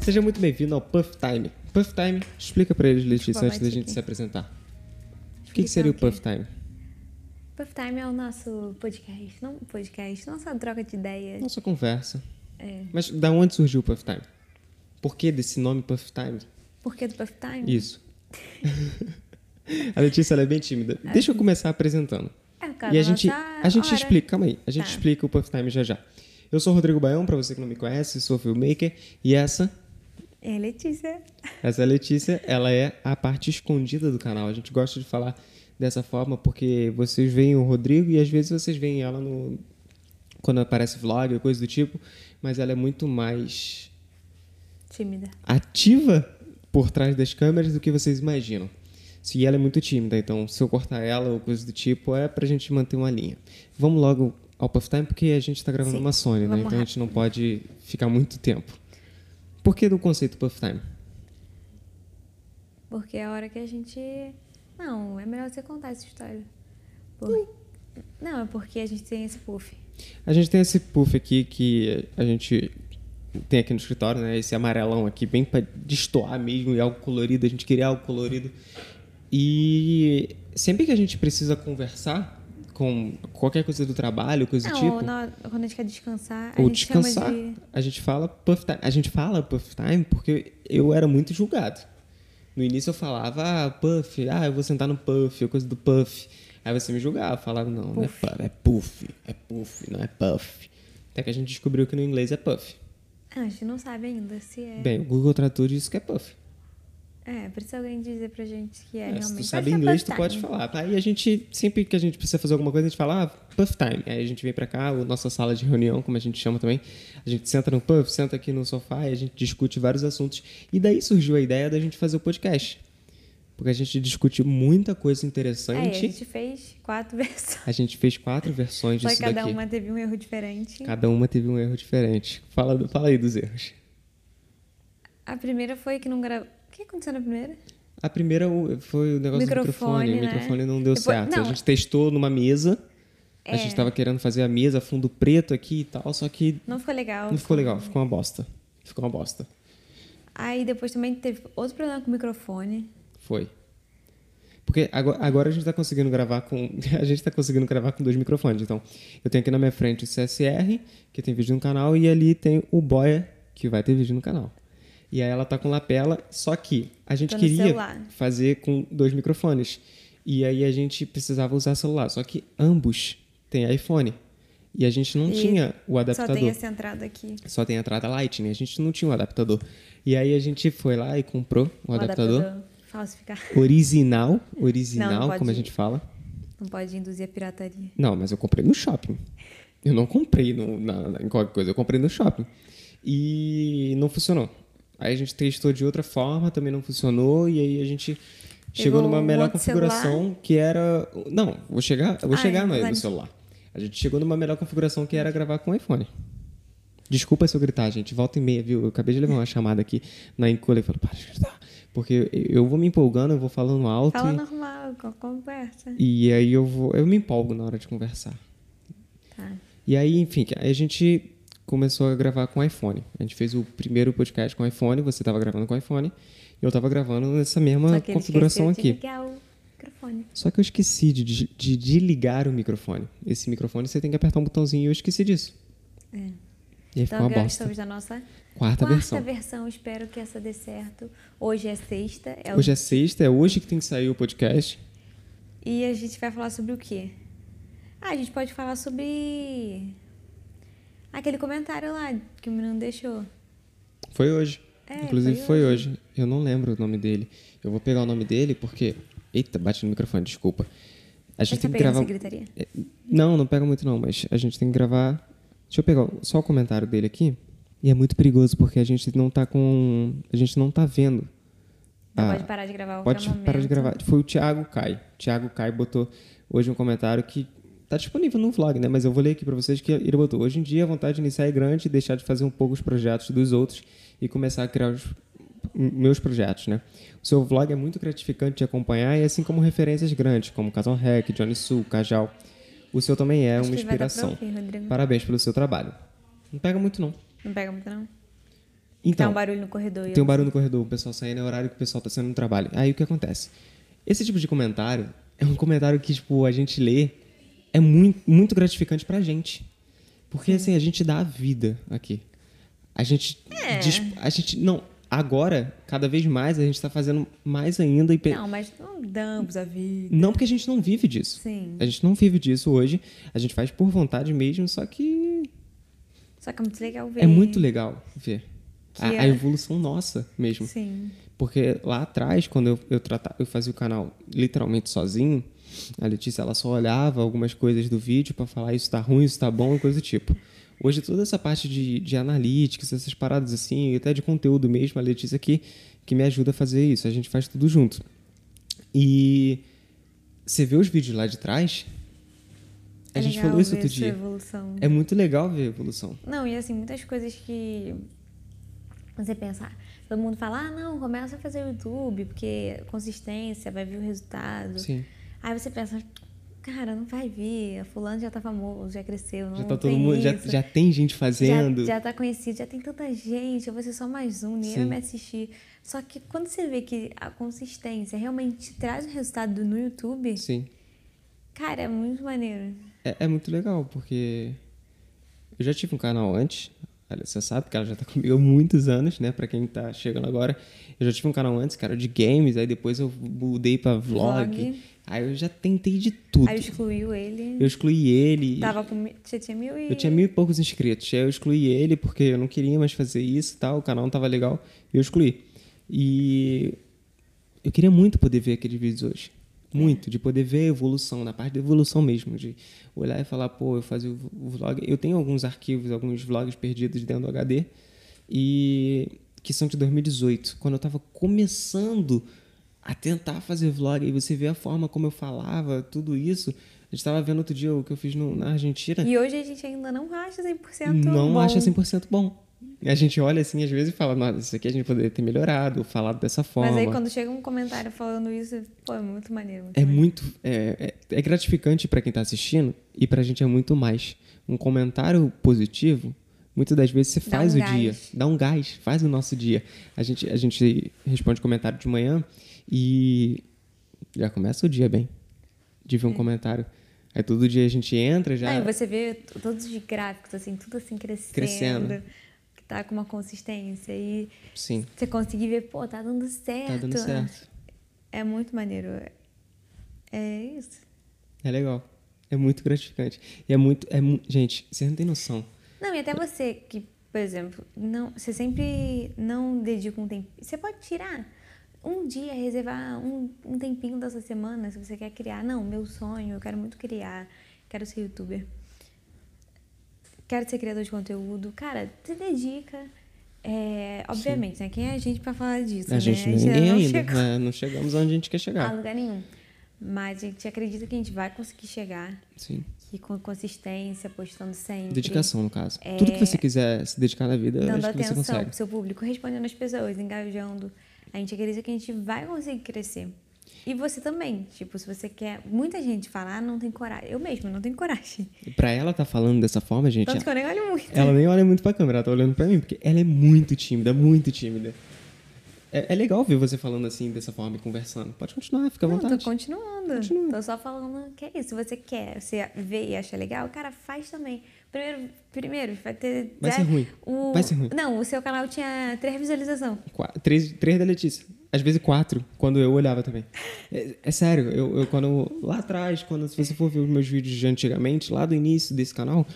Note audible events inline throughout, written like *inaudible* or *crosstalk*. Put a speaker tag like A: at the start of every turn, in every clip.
A: Seja muito bem-vindo ao Puff Time. Puff Time, explica pra eles, Letícia,
B: Desculpa,
A: antes da
B: mas
A: gente
B: aqui. Então,
A: se apresentar. O que,
B: Explicar
A: que seria o
B: o quê?
A: Puff Time?
B: Puff Time é o nosso podcast, não podcast, nossa troca de ideias.
A: Nossa conversa.
B: É.
A: Mas da onde surgiu o Puff Time? Por que desse nome Puff Time?
B: Por que do Puff Time?
A: Isso. *laughs* a Letícia ela é bem tímida. Deixa eu começar apresentando.
B: É o cara
A: e a
B: da
A: gente,
B: Ah, nossa
A: a gente
B: hora.
A: explica, calma aí, a gente
B: Tá.
A: explica o Puff Time já já. Eu sou o Rodrigo Baião, pra você que não me conhece, sou filmmaker, e essa,
B: É Letícia.
A: essa Letícia, ela é a parte escondida do canal. A gente gosta de falar dessa forma porque vocês veem o Rodrigo e às vezes vocês veem ela no quando aparece vlog ou coisa do tipo, mas ela é muito mais
B: Tímida.
A: ativa por trás das câmeras do que vocês imaginam. Se ela é muito tímida, então se eu cortar ela ou coisa do tipo, é pra gente manter uma linha. Vamos logo ao Puff Time, porque a gente tá gravando
B: Sim,
A: uma Sony, né?
B: vamos
A: Então a gente não pode ficar muito tempo. Por que do conceito Puff Time?
B: Porque é a hora que a gente. Não, é melhor você contar essa história. Por- Não, é porque a gente tem esse puff.
A: A gente tem esse puff aqui que a gente tem aqui no escritório, né? Esse amarelão aqui, bem pra destoar mesmo, e algo colorido. A gente queria algo colorido. E sempre que a gente precisa conversar com qualquer coisa do trabalho, coisa
B: não,
A: do tipo.
B: É, na- quando a gente quer descansar, a
A: Ou
B: gente
A: descansar,
B: chama de.
A: a gente fala puff time. A gente fala puff time porque eu era muito julgado. No início eu falava, ah, puff, ah, eu vou sentar no puff, coisa do puff. Aí você me julgava, falava, não, não é
B: Puff.
A: puff, é puff, é puff, não é puff. Até que a gente descobriu que no inglês é puff.
B: Ah, a gente não sabe ainda se é.
A: Bem, o Google Tradutor disse que é puff.
B: É, precisa alguém dizer pra gente que é,
A: É,
B: realmente.
A: se tu
B: Mas
A: sabe
B: é
A: inglês,
B: Puff
A: tu
B: Time.
A: pode falar. Tá? E a gente, sempre que a gente precisa fazer alguma coisa, a gente fala, ah, puff time. Aí a gente vem pra cá, a nossa sala de reunião, como a gente chama também. A gente senta no puff, senta aqui no sofá e a gente discute vários assuntos. E daí surgiu a ideia da gente fazer o podcast. Porque a gente discutiu muita coisa
B: É, a
A: interessante.
B: gente fez quatro *laughs* versões.
A: a gente fez quatro versões
B: Só
A: disso
B: que cada
A: daqui.
B: uma teve um erro diferente.
A: Cada uma teve um erro diferente. Fala, do- fala aí dos erros.
B: A primeira foi que não gravou. O que aconteceu na primeira?
A: A primeira o- foi o negócio
B: Microfone,
A: do microfone. O
B: né?
A: microfone não deu
B: Depois-
A: certo. A
B: não.
A: gente testou numa mesa. A
B: É.
A: gente tava querendo fazer a mesa fundo preto aqui e tal, só que
B: Não ficou legal.
A: não ficou legal, ficou uma bosta. Ficou uma bosta.
B: Aí depois também teve outro problema com o microfone.
A: Foi. Porque agora, agora a gente tá conseguindo gravar com. *laughs* A gente tá conseguindo gravar com dois microfones. Então, eu tenho aqui na minha frente o CSR, que tem vídeo no canal, e ali tem o Boia, que vai ter vídeo no canal. E aí ela tá com lapela, só que a gente
B: Tá no
A: queria
B: celular.
A: fazer com dois microfones. E aí a gente precisava usar celular. Só que ambos têm iPhone. E a gente não
B: E
A: tinha o adaptador.
B: Só tem essa entrada aqui.
A: só tem a entrada Lightning, a gente não tinha um adaptador. E aí a gente foi lá e comprou um,
B: O
A: adaptador,
B: Falsificar. *laughs*
A: original, original,
B: pode
A: como a
B: ir.
A: gente fala.
B: Não pode induzir a pirataria.
A: Não, mas eu comprei no shopping. Eu não comprei no- na- na- em qualquer coisa, eu comprei no shopping. E não funcionou. Aí a gente testou de outra forma, também não funcionou, e aí a gente chegou
B: Pegou
A: numa
B: um
A: melhor
B: outro celular?
A: configuração que era. Não, vou chegar, eu vou
B: Ah,
A: chegar
B: é,
A: no,
B: vai.
A: no celular. A gente chegou numa melhor configuração que era gravar com o iPhone. Desculpa se eu gritar, gente. Volta e meia, viu? Eu acabei de levar uma chamada aqui na encolha e falei, para de gritar. Porque eu vou me empolgando, eu vou falando alto.
B: Fala
A: e-
B: normal, co- conversa.
A: e aí eu vou, eu me empolgo na hora de conversar.
B: Tá.
A: E aí, enfim, aí a gente começou a gravar com iPhone. A gente fez o primeiro podcast com iPhone, você tava gravando com iPhone, e eu tava gravando nessa mesma
B: Só que ele
A: configuração
B: esqueceu de
A: aqui.
B: ligar o microfone.
A: Só que eu esqueci de, de, de desligar o microfone. Esse microfone você tem que apertar um botãozinho e eu esqueci disso.
B: É.
A: E aí ficou
B: Então
A: uma
B: agora
A: bosta.
B: estamos na nossa
A: Quarta versão.
B: versão. Espero que essa dê certo. Hoje é sexta. É o-
A: Hoje é sexta, é hoje que tem que sair o podcast.
B: E a gente vai falar sobre o quê? Ah, a gente pode falar sobre aquele comentário lá que o menino deixou.
A: Foi hoje.
B: É,
A: Inclusive
B: foi
A: foi hoje. Eu não lembro o nome dele. Eu vou pegar o nome dele porque. Eita, bate no microfone, desculpa. A gente
B: Você
A: tem que
B: pegou
A: gravar.
B: essa gritaria?
A: É, Não, não pega muito não, mas a gente tem que gravar. Deixa eu pegar só o comentário dele aqui. E é muito perigoso porque a gente não tá com. A gente não tá vendo.
B: Não
A: Ah,
B: pode parar de gravar a qualquer
A: Pode
B: momento.
A: parar de gravar. Foi o Thiago Kai. Thiago Kai botou hoje um comentário que tá disponível no vlog, né? Mas eu vou ler aqui pra vocês que ele botou. Hoje em dia a vontade de iniciar é grande, deixar de fazer um pouco os projetos dos outros e começar a criar os m- meus projetos, né? O seu vlog é muito gratificante de acompanhar e assim como referências grandes, como Casal Rec, Johnny Su, Cajal. O seu também é
B: Acho
A: uma
B: que vai dar pra
A: inspiração.
B: ouvir, Rodrigo.
A: Parabéns pelo seu trabalho. Não pega muito não.
B: Não pega muito, não? Tem
A: Então,
B: um barulho no corredor. e
A: tem um
B: eu-
A: barulho no corredor, o pessoal saindo, é o horário que o pessoal tá saindo do trabalho. Aí o que acontece? Esse tipo de comentário é um comentário que, tipo, a gente lê, é muito, muito gratificante pra gente. Porque, assim, a gente dá a vida aqui. A gente.
B: É.
A: dis- a gente. Não, agora, cada vez mais, a gente tá fazendo mais ainda. E pe-
B: Não, mas não damos a vida.
A: não porque a gente não vive disso.
B: Sim.
A: A gente não vive disso hoje. A gente faz por vontade mesmo, só que
B: Só que é muito legal ver.
A: é muito legal ver. A,
B: Que
A: a
B: é-
A: evolução nossa mesmo.
B: Sim.
A: Porque lá atrás, quando eu, eu, tratava, eu fazia o canal literalmente sozinho, a Letícia ela só olhava algumas coisas do vídeo para falar isso tá ruim, isso tá bom e coisa do tipo. Hoje, toda essa parte de, de analytics, essas paradas assim, e até de conteúdo mesmo, a Letícia que, que me ajuda a fazer isso. A gente faz tudo junto. E você vê os vídeos lá de trás? A
B: É
A: gente
B: legal
A: falou isso
B: ver
A: outro
B: essa
A: dia.
B: evolução.
A: É muito legal ver a evolução.
B: Não, e assim, muitas coisas que você pensar. Todo mundo fala, ah, não, começa a fazer YouTube, porque consistência, vai vir o resultado.
A: Sim.
B: Aí você pensa, cara, não vai vir, fulano já tá famoso, já cresceu, não
A: Já tá todo
B: tem
A: mundo. Já,
B: isso.
A: já tem gente fazendo.
B: Já, já tá conhecido, já tem tanta gente, eu vou ser só mais um, ninguém vai
A: Sim.
B: me assistir. Só que quando você vê que a consistência realmente traz o resultado no YouTube,
A: Sim.
B: cara, é muito maneiro.
A: É, é muito legal, porque eu já tive um canal antes. Olha, Você sabe que ela já tá *laughs* comigo há muitos anos, né? Pra quem tá chegando agora. Eu já tive um canal antes, cara, de games. Aí depois eu mudei pra vlog.
B: Vlog.
A: Aí eu já tentei de tudo.
B: Aí Tá, excluiu ele.
A: Eu excluí ele.
B: Tava com. mi- Você tinha mil e.
A: Eu tinha mil e poucos inscritos. Aí eu excluí ele porque eu não queria mais fazer isso e tal. O canal não tava legal. Eu excluí. E eu queria muito poder ver aqueles vídeos hoje. Muito, de poder ver a evolução, na parte da evolução mesmo, de olhar e falar, pô, eu fazia o v- o vlog. Eu tenho alguns arquivos, alguns vlogs perdidos dentro do HD, e que são de 2018, quando eu tava começando a tentar fazer vlog, e você vê a forma como eu falava, tudo isso. A gente tava vendo outro dia o que eu fiz no- na Argentina.
B: E hoje a gente ainda não acha 100%
A: Não
B: bom.
A: acha 100% bom. A gente olha assim às vezes e fala, nossa, isso aqui a gente poderia ter melhorado, falado dessa forma.
B: Mas aí quando chega um comentário falando isso, pô, é muito maneiro. Muito
A: É
B: maneiro.
A: muito. É, é- é gratificante pra quem tá assistindo e pra gente é muito mais. Um comentário positivo, muitas das vezes você
B: Dá
A: faz
B: um
A: o
B: gás.
A: dia, dá um gás, faz o nosso dia. A gente, a gente responde comentário de manhã e já começa o dia bem. De ver um comentário. Aí todo dia a gente entra já.
B: É. Aí você vê t- todos os gráficos, assim, tudo assim crescendo.
A: Crescendo.
B: Que tá com uma consistência. E
A: Sim,
B: você conseguir ver, pô, tá dando certo.
A: tá dando certo.
B: É muito maneiro. É isso.
A: É legal. É muito gratificante. E é muito. É, mu- gente, você não tem noção.
B: Não, e até você que, por exemplo, não, você sempre não dedica um tempo. Você pode tirar um dia, reservar um, um tempinho da sua semana se você quer criar. Não, meu sonho, eu quero muito criar, quero ser youtuber. Quero ser criador de conteúdo. Cara, se dedica. É, obviamente, né? Quem é a gente pra falar disso?
A: A
B: né?
A: gente,
B: ainda
A: ninguém
B: não
A: ainda.
B: chegou
A: né? Ah. Não chegamos onde a gente quer
B: a
A: chegar.
B: lugar nenhum. Mas a gente acredita que a gente vai conseguir chegar.
A: Sim.
B: E com consistência, postando sempre.
A: Dedicação, no caso.
B: É-
A: Tudo que você quiser se dedicar na vida,
B: dando
A: acho que você
B: atenção
A: consegue.
B: pro seu público, respondendo as pessoas, engajando. A gente acredita que a gente vai conseguir crescer. E você também, tipo, se você quer. Muita gente fala, ah, não tem coragem. Eu mesma não tenho coragem.
A: E pra ela tá falando dessa forma, gente,
B: Tanto que eu nem olho muito.
A: ela nem olha muito pra câmera, ela tá olhando pra mim, porque ela é muito tímida, muito tímida. É, é legal ver você falando assim, dessa forma e conversando. Pode continuar, fica à
B: Não, tô
A: vontade.
B: continuando.
A: Continua.
B: Tô só falando que é isso. Se você quer, você vê e acha legal, cara, faz também. Primeiro, primeiro vai ter.
A: Vai
B: né,
A: ser ruim.
B: O...
A: Vai ser ruim.
B: Não, o seu canal tinha três visualizações.
A: Qua- três, três da Letícia. Às vezes quatro, quando eu olhava também. É, é sério, eu, eu quando. Lá atrás, quando se você for ver os meus vídeos de antigamente, lá do início desse canal,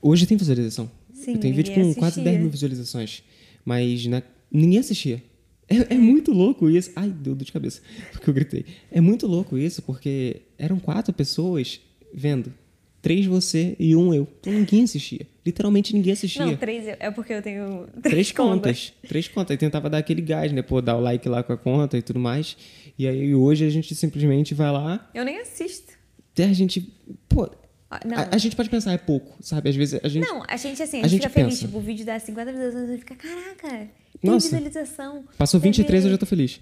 A: hoje tem visualização.
B: Sim,
A: eu tenho vídeo com
B: ninguém
A: quase 10
B: assistia.
A: mil visualizações. Mas na- ninguém assistia. É, é muito louco isso. Ai, deu dor de cabeça, *laughs* porque eu gritei. É muito louco isso, porque eram quatro pessoas vendo. Três você e um eu. Então ninguém assistia. Literalmente ninguém assistia
B: Não, três eu- é porque eu tenho.
A: *laughs* três contas. Três contas. Aí tentava dar aquele gás, né? Pô, dar o like lá com a conta e tudo mais. E aí hoje a gente simplesmente vai lá.
B: Eu nem assisto.
A: Até a gente. Pô.
B: Ah, não.
A: A, a gente pode pensar, é pouco, sabe? Às vezes a gente.
B: Não, a gente assim,
A: A
B: a
A: gente
B: gente, fica feliz,
A: pensa.
B: tipo, o vídeo dá 50 visualizações, a gente fica, caraca, tem
A: Nossa.
B: visualização.
A: Passou
B: Você
A: 23,
B: vê-
A: eu já tô feliz.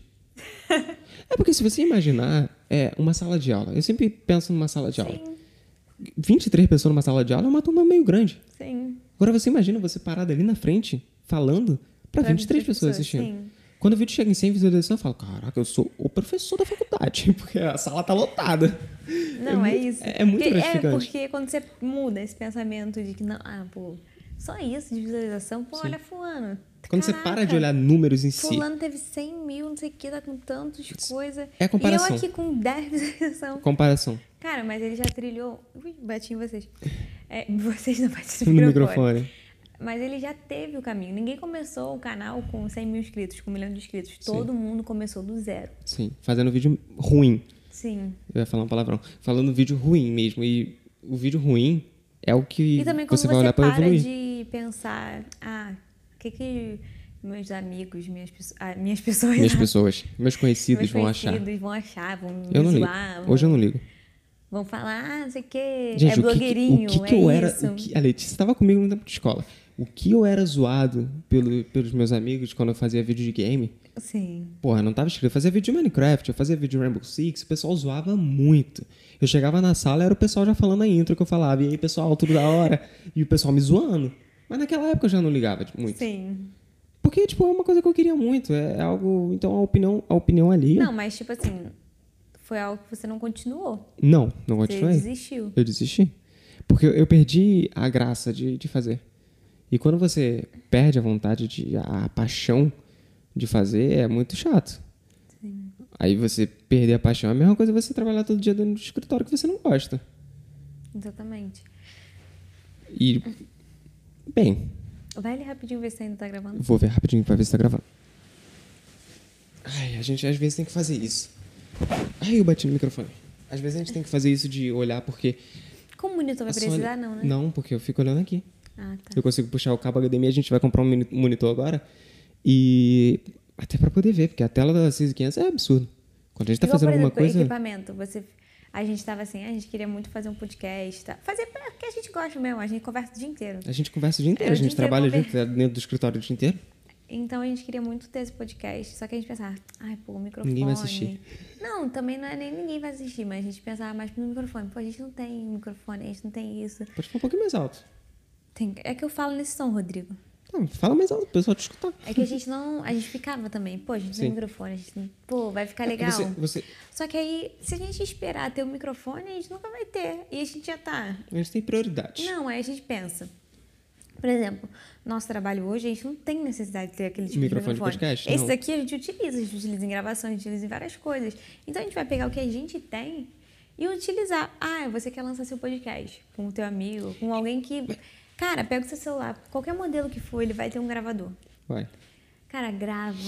A: é porque se você imaginar, é uma sala de aula. Eu sempre penso numa sala de aula.
B: Sim,
A: 23 pessoas numa sala de aula é uma turma meio grande.
B: sim.
A: Agora você imagina você parada ali na frente, falando. para 23 pessoas assistindo.
B: Sim.
A: Quando o vídeo chega em 100 visualizações, eu falo, caraca, eu sou o professor da faculdade, *laughs* porque a sala tá lotada.
B: Não, é,
A: mui-
B: isso.
A: É, é muito
B: porque, É
A: gratificante.
B: porque quando você muda esse pensamento de que não, ah, pô, só isso de visualização, pô, olha fulano.
A: Quando você
B: Caraca,
A: para de olhar números em si,
B: Fulano teve 100 mil, não sei o que, tá com tantas coisas.
A: É a comparação.
B: E eu aqui com *laughs* 10 visualizações. *laughs*
A: comparação
B: Cara, mas ele já trilhou. Ui, bati em vocês. É, vocês não bati
A: no microfone.
B: Mas ele já teve o caminho. Ninguém começou o canal com 100 mil inscritos, com um milhão de inscritos. Todo mundo começou do zero.
A: Sim, fazendo vídeo ruim.
B: Sim.
A: Eu ia falar um palavrão. Falando vídeo ruim mesmo. E o vídeo ruim é o que
B: E também quando
A: você
B: você,
A: vai olhar pra
B: para
A: evoluir.
B: de pensar, ah, o que que meus amigos, minhas, pesso- ah, minhas pessoas, *laughs*
A: Minhas pessoas, meus conhecidos
B: meus
A: vão achar.
B: conhecidos vão achar, vão me
A: Eu não ligo.
B: zoar, vão,
A: Hoje eu não ligo.
B: vão falar, ah, não sei o que,
A: Gente,
B: é
A: o que que-
B: blogueirinho,
A: o que, que
B: é
A: eu era.
B: isso.
A: o que- a Letícia estava comigo no tempo de escola. O que eu era zoado pelo- pelos meus amigos quando eu fazia vídeo de game.
B: Sim.
A: Porra, eu não tava escrito. Eu fazia vídeo de Minecraft, eu fazia vídeo de Rainbow Six, o pessoal zoava muito. Eu chegava na sala, era o pessoal já falando a intro que eu falava. E aí, pessoal, tudo da hora. E o pessoal me zoando. Mas naquela época eu já não ligava tipo, muito.
B: Sim.
A: Porque, tipo, é uma coisa que eu queria muito. É algo. Então a opinião, a opinião ali.
B: Não, mas tipo assim, foi algo que você não continuou.
A: Não, não
B: você
A: continuei.
B: desistiu.
A: Eu desisti. Porque eu- eu perdi a graça de, de fazer. E quando você perde a vontade, de, a, a paixão de fazer, é muito chato. Aí você perder a paixão é a mesma coisa você trabalhar todo dia dentro do escritório que você não gosta.
B: Exatamente.
A: E. Bem,
B: Vai ali rapidinho ver se ainda tá gravando.
A: vou ver rapidinho pra ver se tá gravando. Ai, a gente às vezes tem que fazer isso. Ai, eu bati no microfone. Às vezes a gente tem que fazer isso de olhar porque.
B: Com o monitor vai
A: só-
B: precisar, não, né?
A: Não, porque eu fico olhando aqui.
B: Ah, tá.
A: Eu consigo puxar o cabo HDMI, a gente vai comprar um mini- monitor agora. E até pra poder ver, porque a tela da 6500 é absurdo. Quando a gente tá
B: Igual,
A: fazendo
B: por
A: alguma
B: exemplo,
A: coisa,
B: Equipamento. Você, a gente tava assim, a gente queria muito fazer um podcast. Tá? Fazer pra- porque a gente gosta mesmo, a gente conversa o dia inteiro.
A: a gente conversa o dia inteiro,
B: É,
A: a
B: o
A: gente
B: dia inteiro
A: trabalha
B: conver-
A: junto, é dentro do escritório o dia inteiro.
B: Então a gente queria muito ter esse podcast. Só que a gente pensava, ai, pô, o microfone.
A: Ninguém vai assistir.
B: Não, também não é nem ninguém vai assistir, mas a gente pensava mais no microfone. Pô, a gente não tem microfone, a gente não tem isso.
A: Pode falar um pouquinho mais alto.
B: Tem- é que eu falo nesse som, Rodrigo.
A: Não, fala mais alto, o pessoal te escutar.
B: É que a gente não. A gente ficava também, pô, a gente não
A: Sim. É,
B: tem microfone, a gente não, Pô, vai ficar legal.
A: Você, você,
B: Só que aí, se a gente esperar ter o microfone, a gente nunca vai ter. E a gente já tá
A: a gente tem prioridade.
B: Não, aí a gente pensa. Por exemplo, nosso trabalho hoje, a gente não tem necessidade de ter aquele tipo
A: Microfone de
B: de microfone.
A: podcast,
B: Esse
A: não.
B: daqui a gente utiliza, a gente utiliza em gravações, a gente utiliza em várias coisas. Então a gente vai pegar o que a gente tem e utilizar. Ah, você quer lançar seu podcast com o teu amigo, com alguém que... Cara, pega o seu celular, qualquer modelo que for, ele vai ter um gravador.
A: Vai.
B: Cara, grava,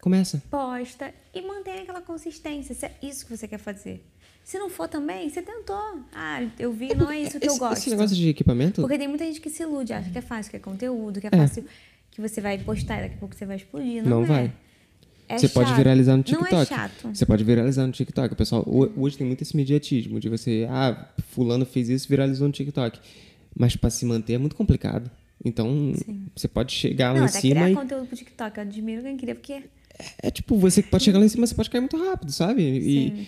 A: Começa.
B: posta e mantém aquela consistência, se é isso que você quer fazer. Se não for também, você tentou. Ah, eu vi, não é isso que
A: esse,
B: eu gosto.
A: Esse negócio de equipamento,
B: Porque tem muita gente que se ilude, acha que é fácil, que é conteúdo, que é,
A: É.
B: fácil, que você vai postar e daqui a pouco você vai explodir. Não,
A: Não
B: é.
A: vai.
B: É
A: você pode
B: chato.
A: viralizar no
B: Não
A: TikTok.
B: é chato.
A: Você pode viralizar no TikTok. O pessoal, ho- hoje tem muito esse mediatismo de você, ah, fulano fez isso, viralizou no TikTok. Mas pra se manter é muito complicado. Então, você pode chegar lá
B: Não,
A: em
B: até
A: cima
B: criar
A: e
B: conteúdo pro TikTok, eu admiro quem queria, porque...
A: é tipo, você que pode chegar lá em cima, você pode cair muito rápido, sabe? E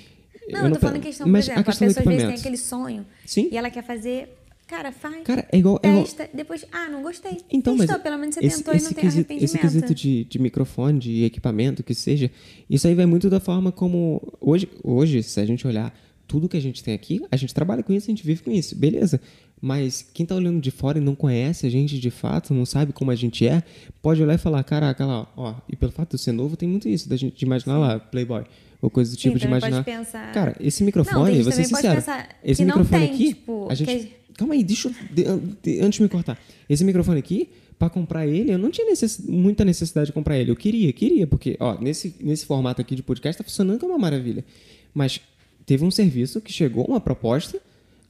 B: Não, eu, tô falando em
A: pe-
B: questão, por
A: Mas é
B: exemplo, a,
A: questão do
B: pessoa às vezes tem
A: equipamento.
B: aquele sonho
A: Sim.
B: e ela quer fazer, cara, faz,
A: Cara, é igual, é igual
B: testa, depois, ah, não gostei,
A: Então, mas
B: testou, pelo menos você
A: esse-
B: tentou
A: esse
B: e não tem
A: quesito, Esse
B: arrependimento.
A: quesito de, de microfone, de equipamento, que seja, isso aí vai muito da forma como... Hoje, hoje, se a gente olhar tudo que a gente tem aqui, a gente trabalha com isso, a gente vive com isso, beleza. Mas quem tá olhando de fora e não conhece a gente de fato, não sabe como a gente é, pode olhar e falar, caraca, lá, ó, e pelo fato de eu ser novo, tem muito isso, da gente de imaginar lá, Playboy, ou coisa do
B: Sim,
A: tipo, de
B: também Então, pode
A: imaginar...
B: pensar-
A: Cara, esse
B: Não,
A: microfone,
B: tem gente
A: vou ser
B: também pode
A: sincero,
B: pensar
A: esse
B: que não
A: microfone
B: tem,
A: aqui,
B: tipo,
A: a gente...
B: que-
A: Calma aí, deixa eu. de- an- de- antes de me cortar. Esse microfone aqui, pra comprar ele, eu não tinha necess- muita necessidade de comprar ele. Eu queria, queria, porque, ó, nesse, nesse formato aqui de podcast tá funcionando que é uma maravilha. Mas teve um serviço que chegou, uma proposta.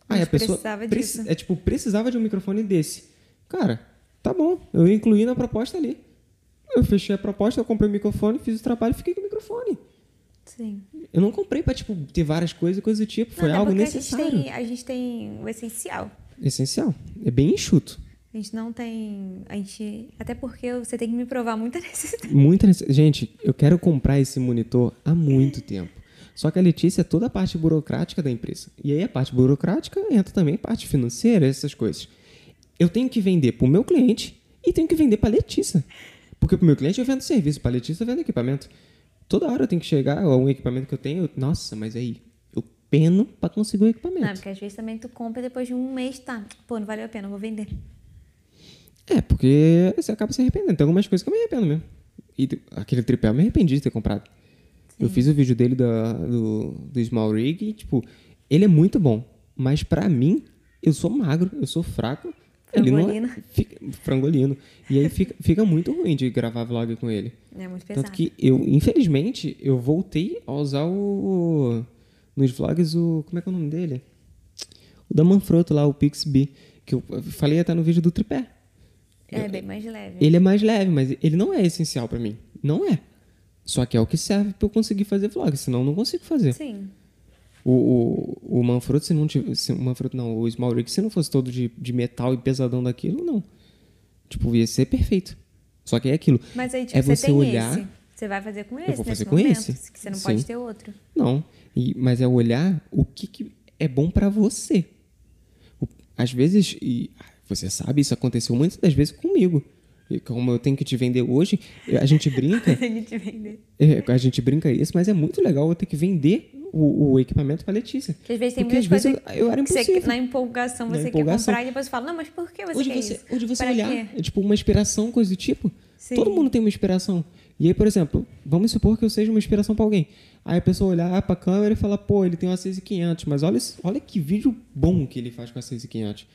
A: Aí
B: Mas
A: a pessoa.
B: precisava
A: preci-
B: disso.
A: É tipo, precisava de um microfone desse. Cara, tá bom. Eu incluí na proposta ali. Eu fechei a proposta, eu comprei o microfone, fiz o trabalho e fiquei com o microfone.
B: Sim.
A: Eu não comprei pra, tipo, ter várias coisas e coisas do tipo. Foi
B: não, até
A: algo
B: porque
A: necessário.
B: A gente, tem, a gente tem o essencial.
A: Essencial. É bem enxuto.
B: A gente não tem. A gente. Até porque você tem que me provar muita *laughs* necessidade.
A: Muita nece- Gente, eu quero comprar esse monitor há muito tempo. Só que a Letícia é toda a parte burocrática da empresa. E aí a parte burocrática entra também a parte financeira, essas coisas. Eu tenho que vender para o meu cliente e tenho que vender para a Letícia. Porque pro meu cliente eu vendo serviço, paletista eu vendo equipamento. Toda hora eu tenho que chegar a um equipamento que eu tenho, eu- nossa, mas aí, eu peno pra conseguir o
B: Não,
A: equipamento.
B: porque às vezes também tu compra e depois de um mês tá. Pô, não valeu a pena, eu vou vender.
A: É, porque você acaba se arrependendo. Tem algumas coisas que eu me arrependo mesmo. E do- aquele tripé eu me arrependi de ter comprado. Eu fiz o vídeo dele da- do, do Small Rig e, tipo, ele é muito bom. Mas pra mim, eu sou magro, eu sou fraco. Ele não é-
B: Frangolino.
A: fica, frangolino. E aí fica, fica muito ruim de gravar vlog com ele.
B: É muito pesado.
A: Tanto que eu, infelizmente, eu voltei a usar o. Nos vlogs, o. Como é que é o nome dele? O da Manfrotto lá, o Pixby. Que eu falei até no vídeo do tripé.
B: É bem mais leve.
A: Ele é mais leve, mas ele não é essencial pra mim. Não é. Só que é o que serve pra eu conseguir fazer vlog, senão eu não consigo fazer.
B: Sim.
A: O, o, o Manfrotto, se não tivesse. se- O Manfrotto não, o Small Rig, se não fosse todo de, de metal e pesadão daquilo, não. Tipo, ia ser perfeito. Só que é aquilo.
B: Mas aí, tipo,
A: é
B: você,
A: você
B: tem
A: olhar.
B: esse. Você vai fazer com esse
A: vou
B: nesse
A: fazer com
B: momento.
A: esse.
B: Que você não
A: Sim.
B: pode ter outro. *laughs*
A: Não. E- mas é olhar o que, que é bom pra você. O- às vezes, e você sabe, isso aconteceu muitas das vezes comigo. E como eu tenho que te vender hoje, a gente brinca.
B: Tem que te vender.
A: É, a gente brinca isso, mas é muito legal eu ter que vender o, o equipamento para Letícia.
B: Porque às vezes tem
A: Porque
B: muitas
A: às vezes
B: coisas
A: eu, eu era
B: que você-
A: impossível.
B: na empolgação
A: Na
B: você
A: empolgação.
B: quer comprar e depois fala, não, mas por que você
A: Hoje
B: quer
A: você,
B: isso?
A: hoje você
B: Pra
A: olhar,
B: quê?
A: é tipo uma inspiração, coisa do tipo.
B: Sim.
A: Todo mundo tem uma inspiração. E aí, por exemplo, vamos supor que eu seja uma inspiração para alguém. Aí a pessoa olhar para a câmera e falar, pô, ele tem um uma 6500, mas olha, esse- olha que vídeo bom que ele faz com a 6500.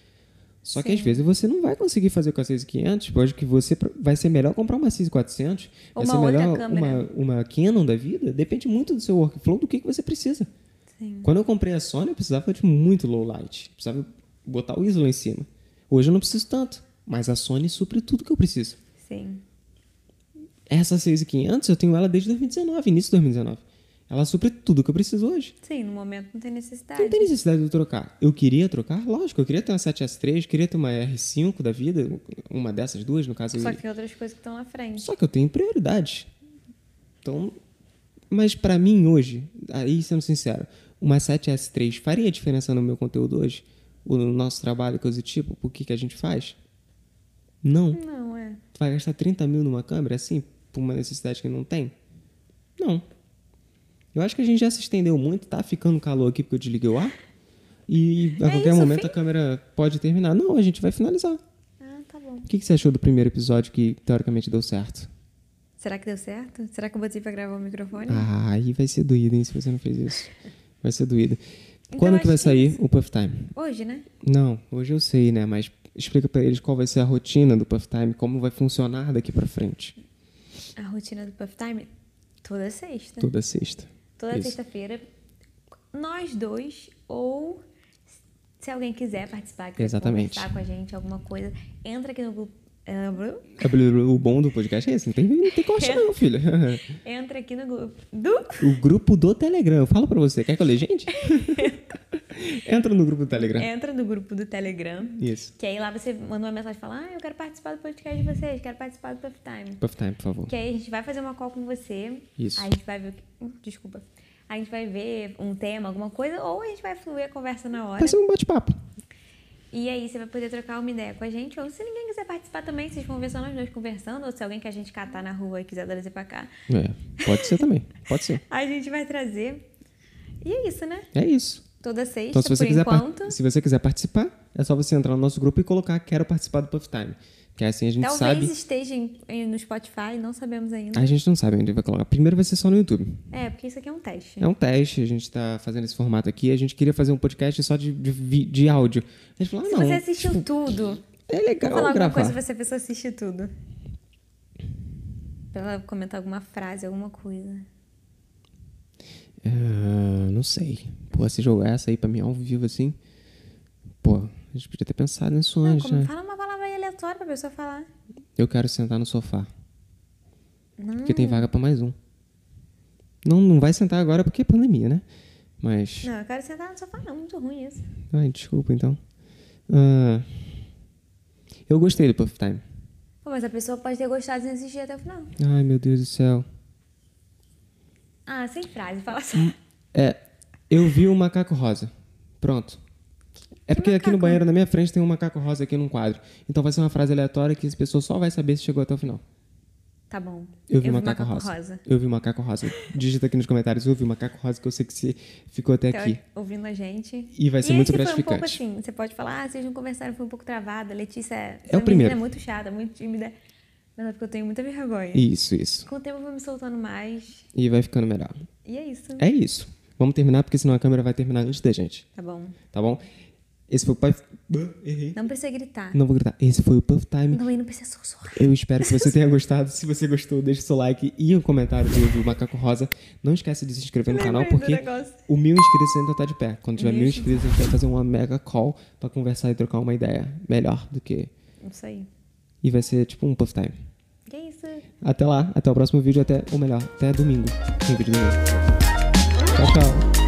A: Só que
B: Sim.
A: às vezes você não vai conseguir fazer com a 6500, pode que você pro- vai ser melhor comprar uma 6400, vai
B: Uma
A: ser
B: outra
A: melhor
B: câmera.
A: uma uma Canon da vida, depende muito do seu workflow, do que que você precisa.
B: Sim.
A: Quando eu comprei a Sony, eu precisava de muito low light. Eu Precisava botar o ISO lá em cima. Hoje eu não preciso tanto, mas a Sony supre tudo que eu preciso.
B: Sim.
A: Essa 6500 eu tenho ela desde 2019, início de 2019. Ela supre tudo que eu preciso hoje.
B: Sim, no momento não tem necessidade.
A: Não tem necessidade de eu trocar. Eu queria trocar? Lógico, eu queria ter uma 7S3, queria ter uma R5 da vida, uma dessas duas, no caso.
B: Só
A: eu-
B: que tem outras coisas que estão à frente.
A: Só que eu tenho prioridade. Então, mas pra mim hoje, aí sendo sincero, uma 7S3 faria diferença no meu conteúdo hoje? Ou no nosso trabalho, coisa do tipo? Por que, que a gente faz? Não.
B: Não, é.
A: Tu vai gastar 30 mil numa câmera assim, por uma necessidade que não tem? Não. Eu acho que a gente já se estendeu muito, tá ficando calor aqui porque eu desliguei o ar. E a
B: É
A: qualquer
B: isso,
A: momento
B: fim?
A: a câmera pode terminar. Não, a gente vai finalizar.
B: Ah, tá bom.
A: O que, que você achou do primeiro episódio que teoricamente deu certo?
B: Será que deu certo? Será que eu botei pra gravar o microfone?
A: Ah, aí vai ser doído, hein, se você não fez isso. Vai ser doído.
B: Então,
A: Quando que
B: acho
A: vai
B: que é
A: sair o Puff Time?
B: Hoje, né?
A: Não, hoje eu sei, né? Mas explica pra eles qual vai ser a rotina do Puff Time, como vai funcionar daqui pra frente.
B: A rotina do Puff Time, toda sexta.
A: Toda sexta.
B: Toda
A: Isso.
B: sexta-feira, nós dois, ou se alguém quiser participar, quiser
A: Exatamente.
B: conversar com a gente, alguma coisa, entra aqui no grupo. é, blu-
A: É, blu, blu, O bom do podcast é esse, não tem, não tem corte não, filho.
B: Entra aqui no grupo do.
A: O grupo do Telegram, eu falo pra você. Quer que eu leia, gente? *laughs* Entra no grupo do Telegram.
B: Entra no grupo do Telegram.
A: Isso.
B: Que aí lá você manda uma mensagem e fala: Ah, eu quero participar do podcast de vocês, quero participar do Puff Time.
A: Puff Time, por favor.
B: Que aí a gente vai fazer uma call com você.
A: Isso.
B: Aí a gente vai ver. o que- Hum, Desculpa. A gente vai ver um tema, alguma coisa, ou a gente vai fluir a conversa na hora.
A: Vai ser um bate-papo.
B: E aí você vai poder trocar uma ideia com a gente, ou se ninguém quiser participar também, vocês vão ver só nós dois conversando, ou se alguém que a gente catar na rua e quiser trazer pra cá,
A: É, pode ser também. Pode ser.
B: a gente vai trazer. E é isso, né?
A: É isso.
B: Toda sexta,
A: Então, se você,
B: por
A: quiser, par-
B: enquanto.
A: se você quiser participar, é só você entrar no nosso grupo e colocar Quero participar do Puff Time. Que assim a gente
B: Talvez né?
A: sabe.
B: esteja em- em- no Spotify, não sabemos ainda.
A: A gente não sabe onde vai colocar. Primeiro vai ser só no YouTube.
B: É, porque isso aqui é um teste.
A: É um teste, a gente tá fazendo esse formato aqui. A gente queria fazer um podcast só de, de, vi- de áudio. A gente falou, ah,
B: se
A: não.
B: você assistiu tudo,
A: É
B: vou falar
A: legal
B: alguma
A: gravar.
B: coisa pra você pessoa assistir tudo. Pra ela comentar alguma frase, alguma coisa.
A: Ah, não sei. Pô, se jogar essa aí pra mim ao vivo assim. Pô, a gente podia ter pensado nisso
B: Não,
A: antes,
B: como,
A: né?
B: fala uma palavra aí aleatória pra pessoa falar.
A: Eu quero sentar no sofá.
B: Não,
A: Porque tem vaga pra mais um. Não, não vai sentar agora porque é pandemia, né? Mas.
B: não, eu quero sentar no sofá, não, muito ruim isso.
A: Ai, desculpa então. Ah, eu gostei do Puff Time.
B: Pô, mas a pessoa pode ter gostado de assistir até o final.
A: Ai, meu Deus do céu.
B: Ah, sem frase, fala só.
A: É, eu vi o macaco rosa. Pronto. É porque aqui no
B: macaco?
A: banheiro, na minha frente, tem um macaco rosa aqui num quadro. Então vai ser uma frase aleatória que as pessoas só vai saber se chegou até o final.
B: Tá bom.
A: Eu vi macaco, rosa. Eu vi um macaco rosa. Digita aqui nos comentários, eu vi um macaco rosa, que eu sei que você ficou até
B: Tá
A: É aqui.
B: ouvindo a gente.
A: E vai ser
B: e
A: muito
B: esse foi um pouco
A: gratificante.
B: assim, você pode falar, ah, vocês não conversaram, foi um pouco travada. Letícia essa
A: o
B: menina
A: primeiro.
B: é muito chata, muito tímida, mas é porque eu tenho muita vergonha.
A: Isso, isso.
B: Com o tempo eu vou me soltando mais,
A: E vai ficando melhor.
B: e é isso.
A: É isso. Vamos terminar, porque senão a câmera vai terminar antes da gente,
B: Tá bom.
A: tá bom? Esse foi o Puff... Errei.
B: Não precisa gritar.
A: Não vou gritar. Esse foi o Puff Time.
B: Não, e não precisa sussurrar.
A: Eu espero que você tenha gostado. Se você gostou, deixe seu like e um comentário do, do Macaco Rosa. Não esquece de se inscrever no canal,
B: Lembrei do
A: porque
B: negócio.
A: o mil inscritos ainda tá de pé. Quando tiver mil inscritos, a gente vai fazer uma mega call pra conversar e trocar uma ideia melhor do que.
B: Isso aí.
A: E vai ser tipo um puff time.
B: E é isso.
A: Até lá, até o próximo vídeo, até, ou melhor, até domingo. Tem vídeo domingo. Tchau, tchau.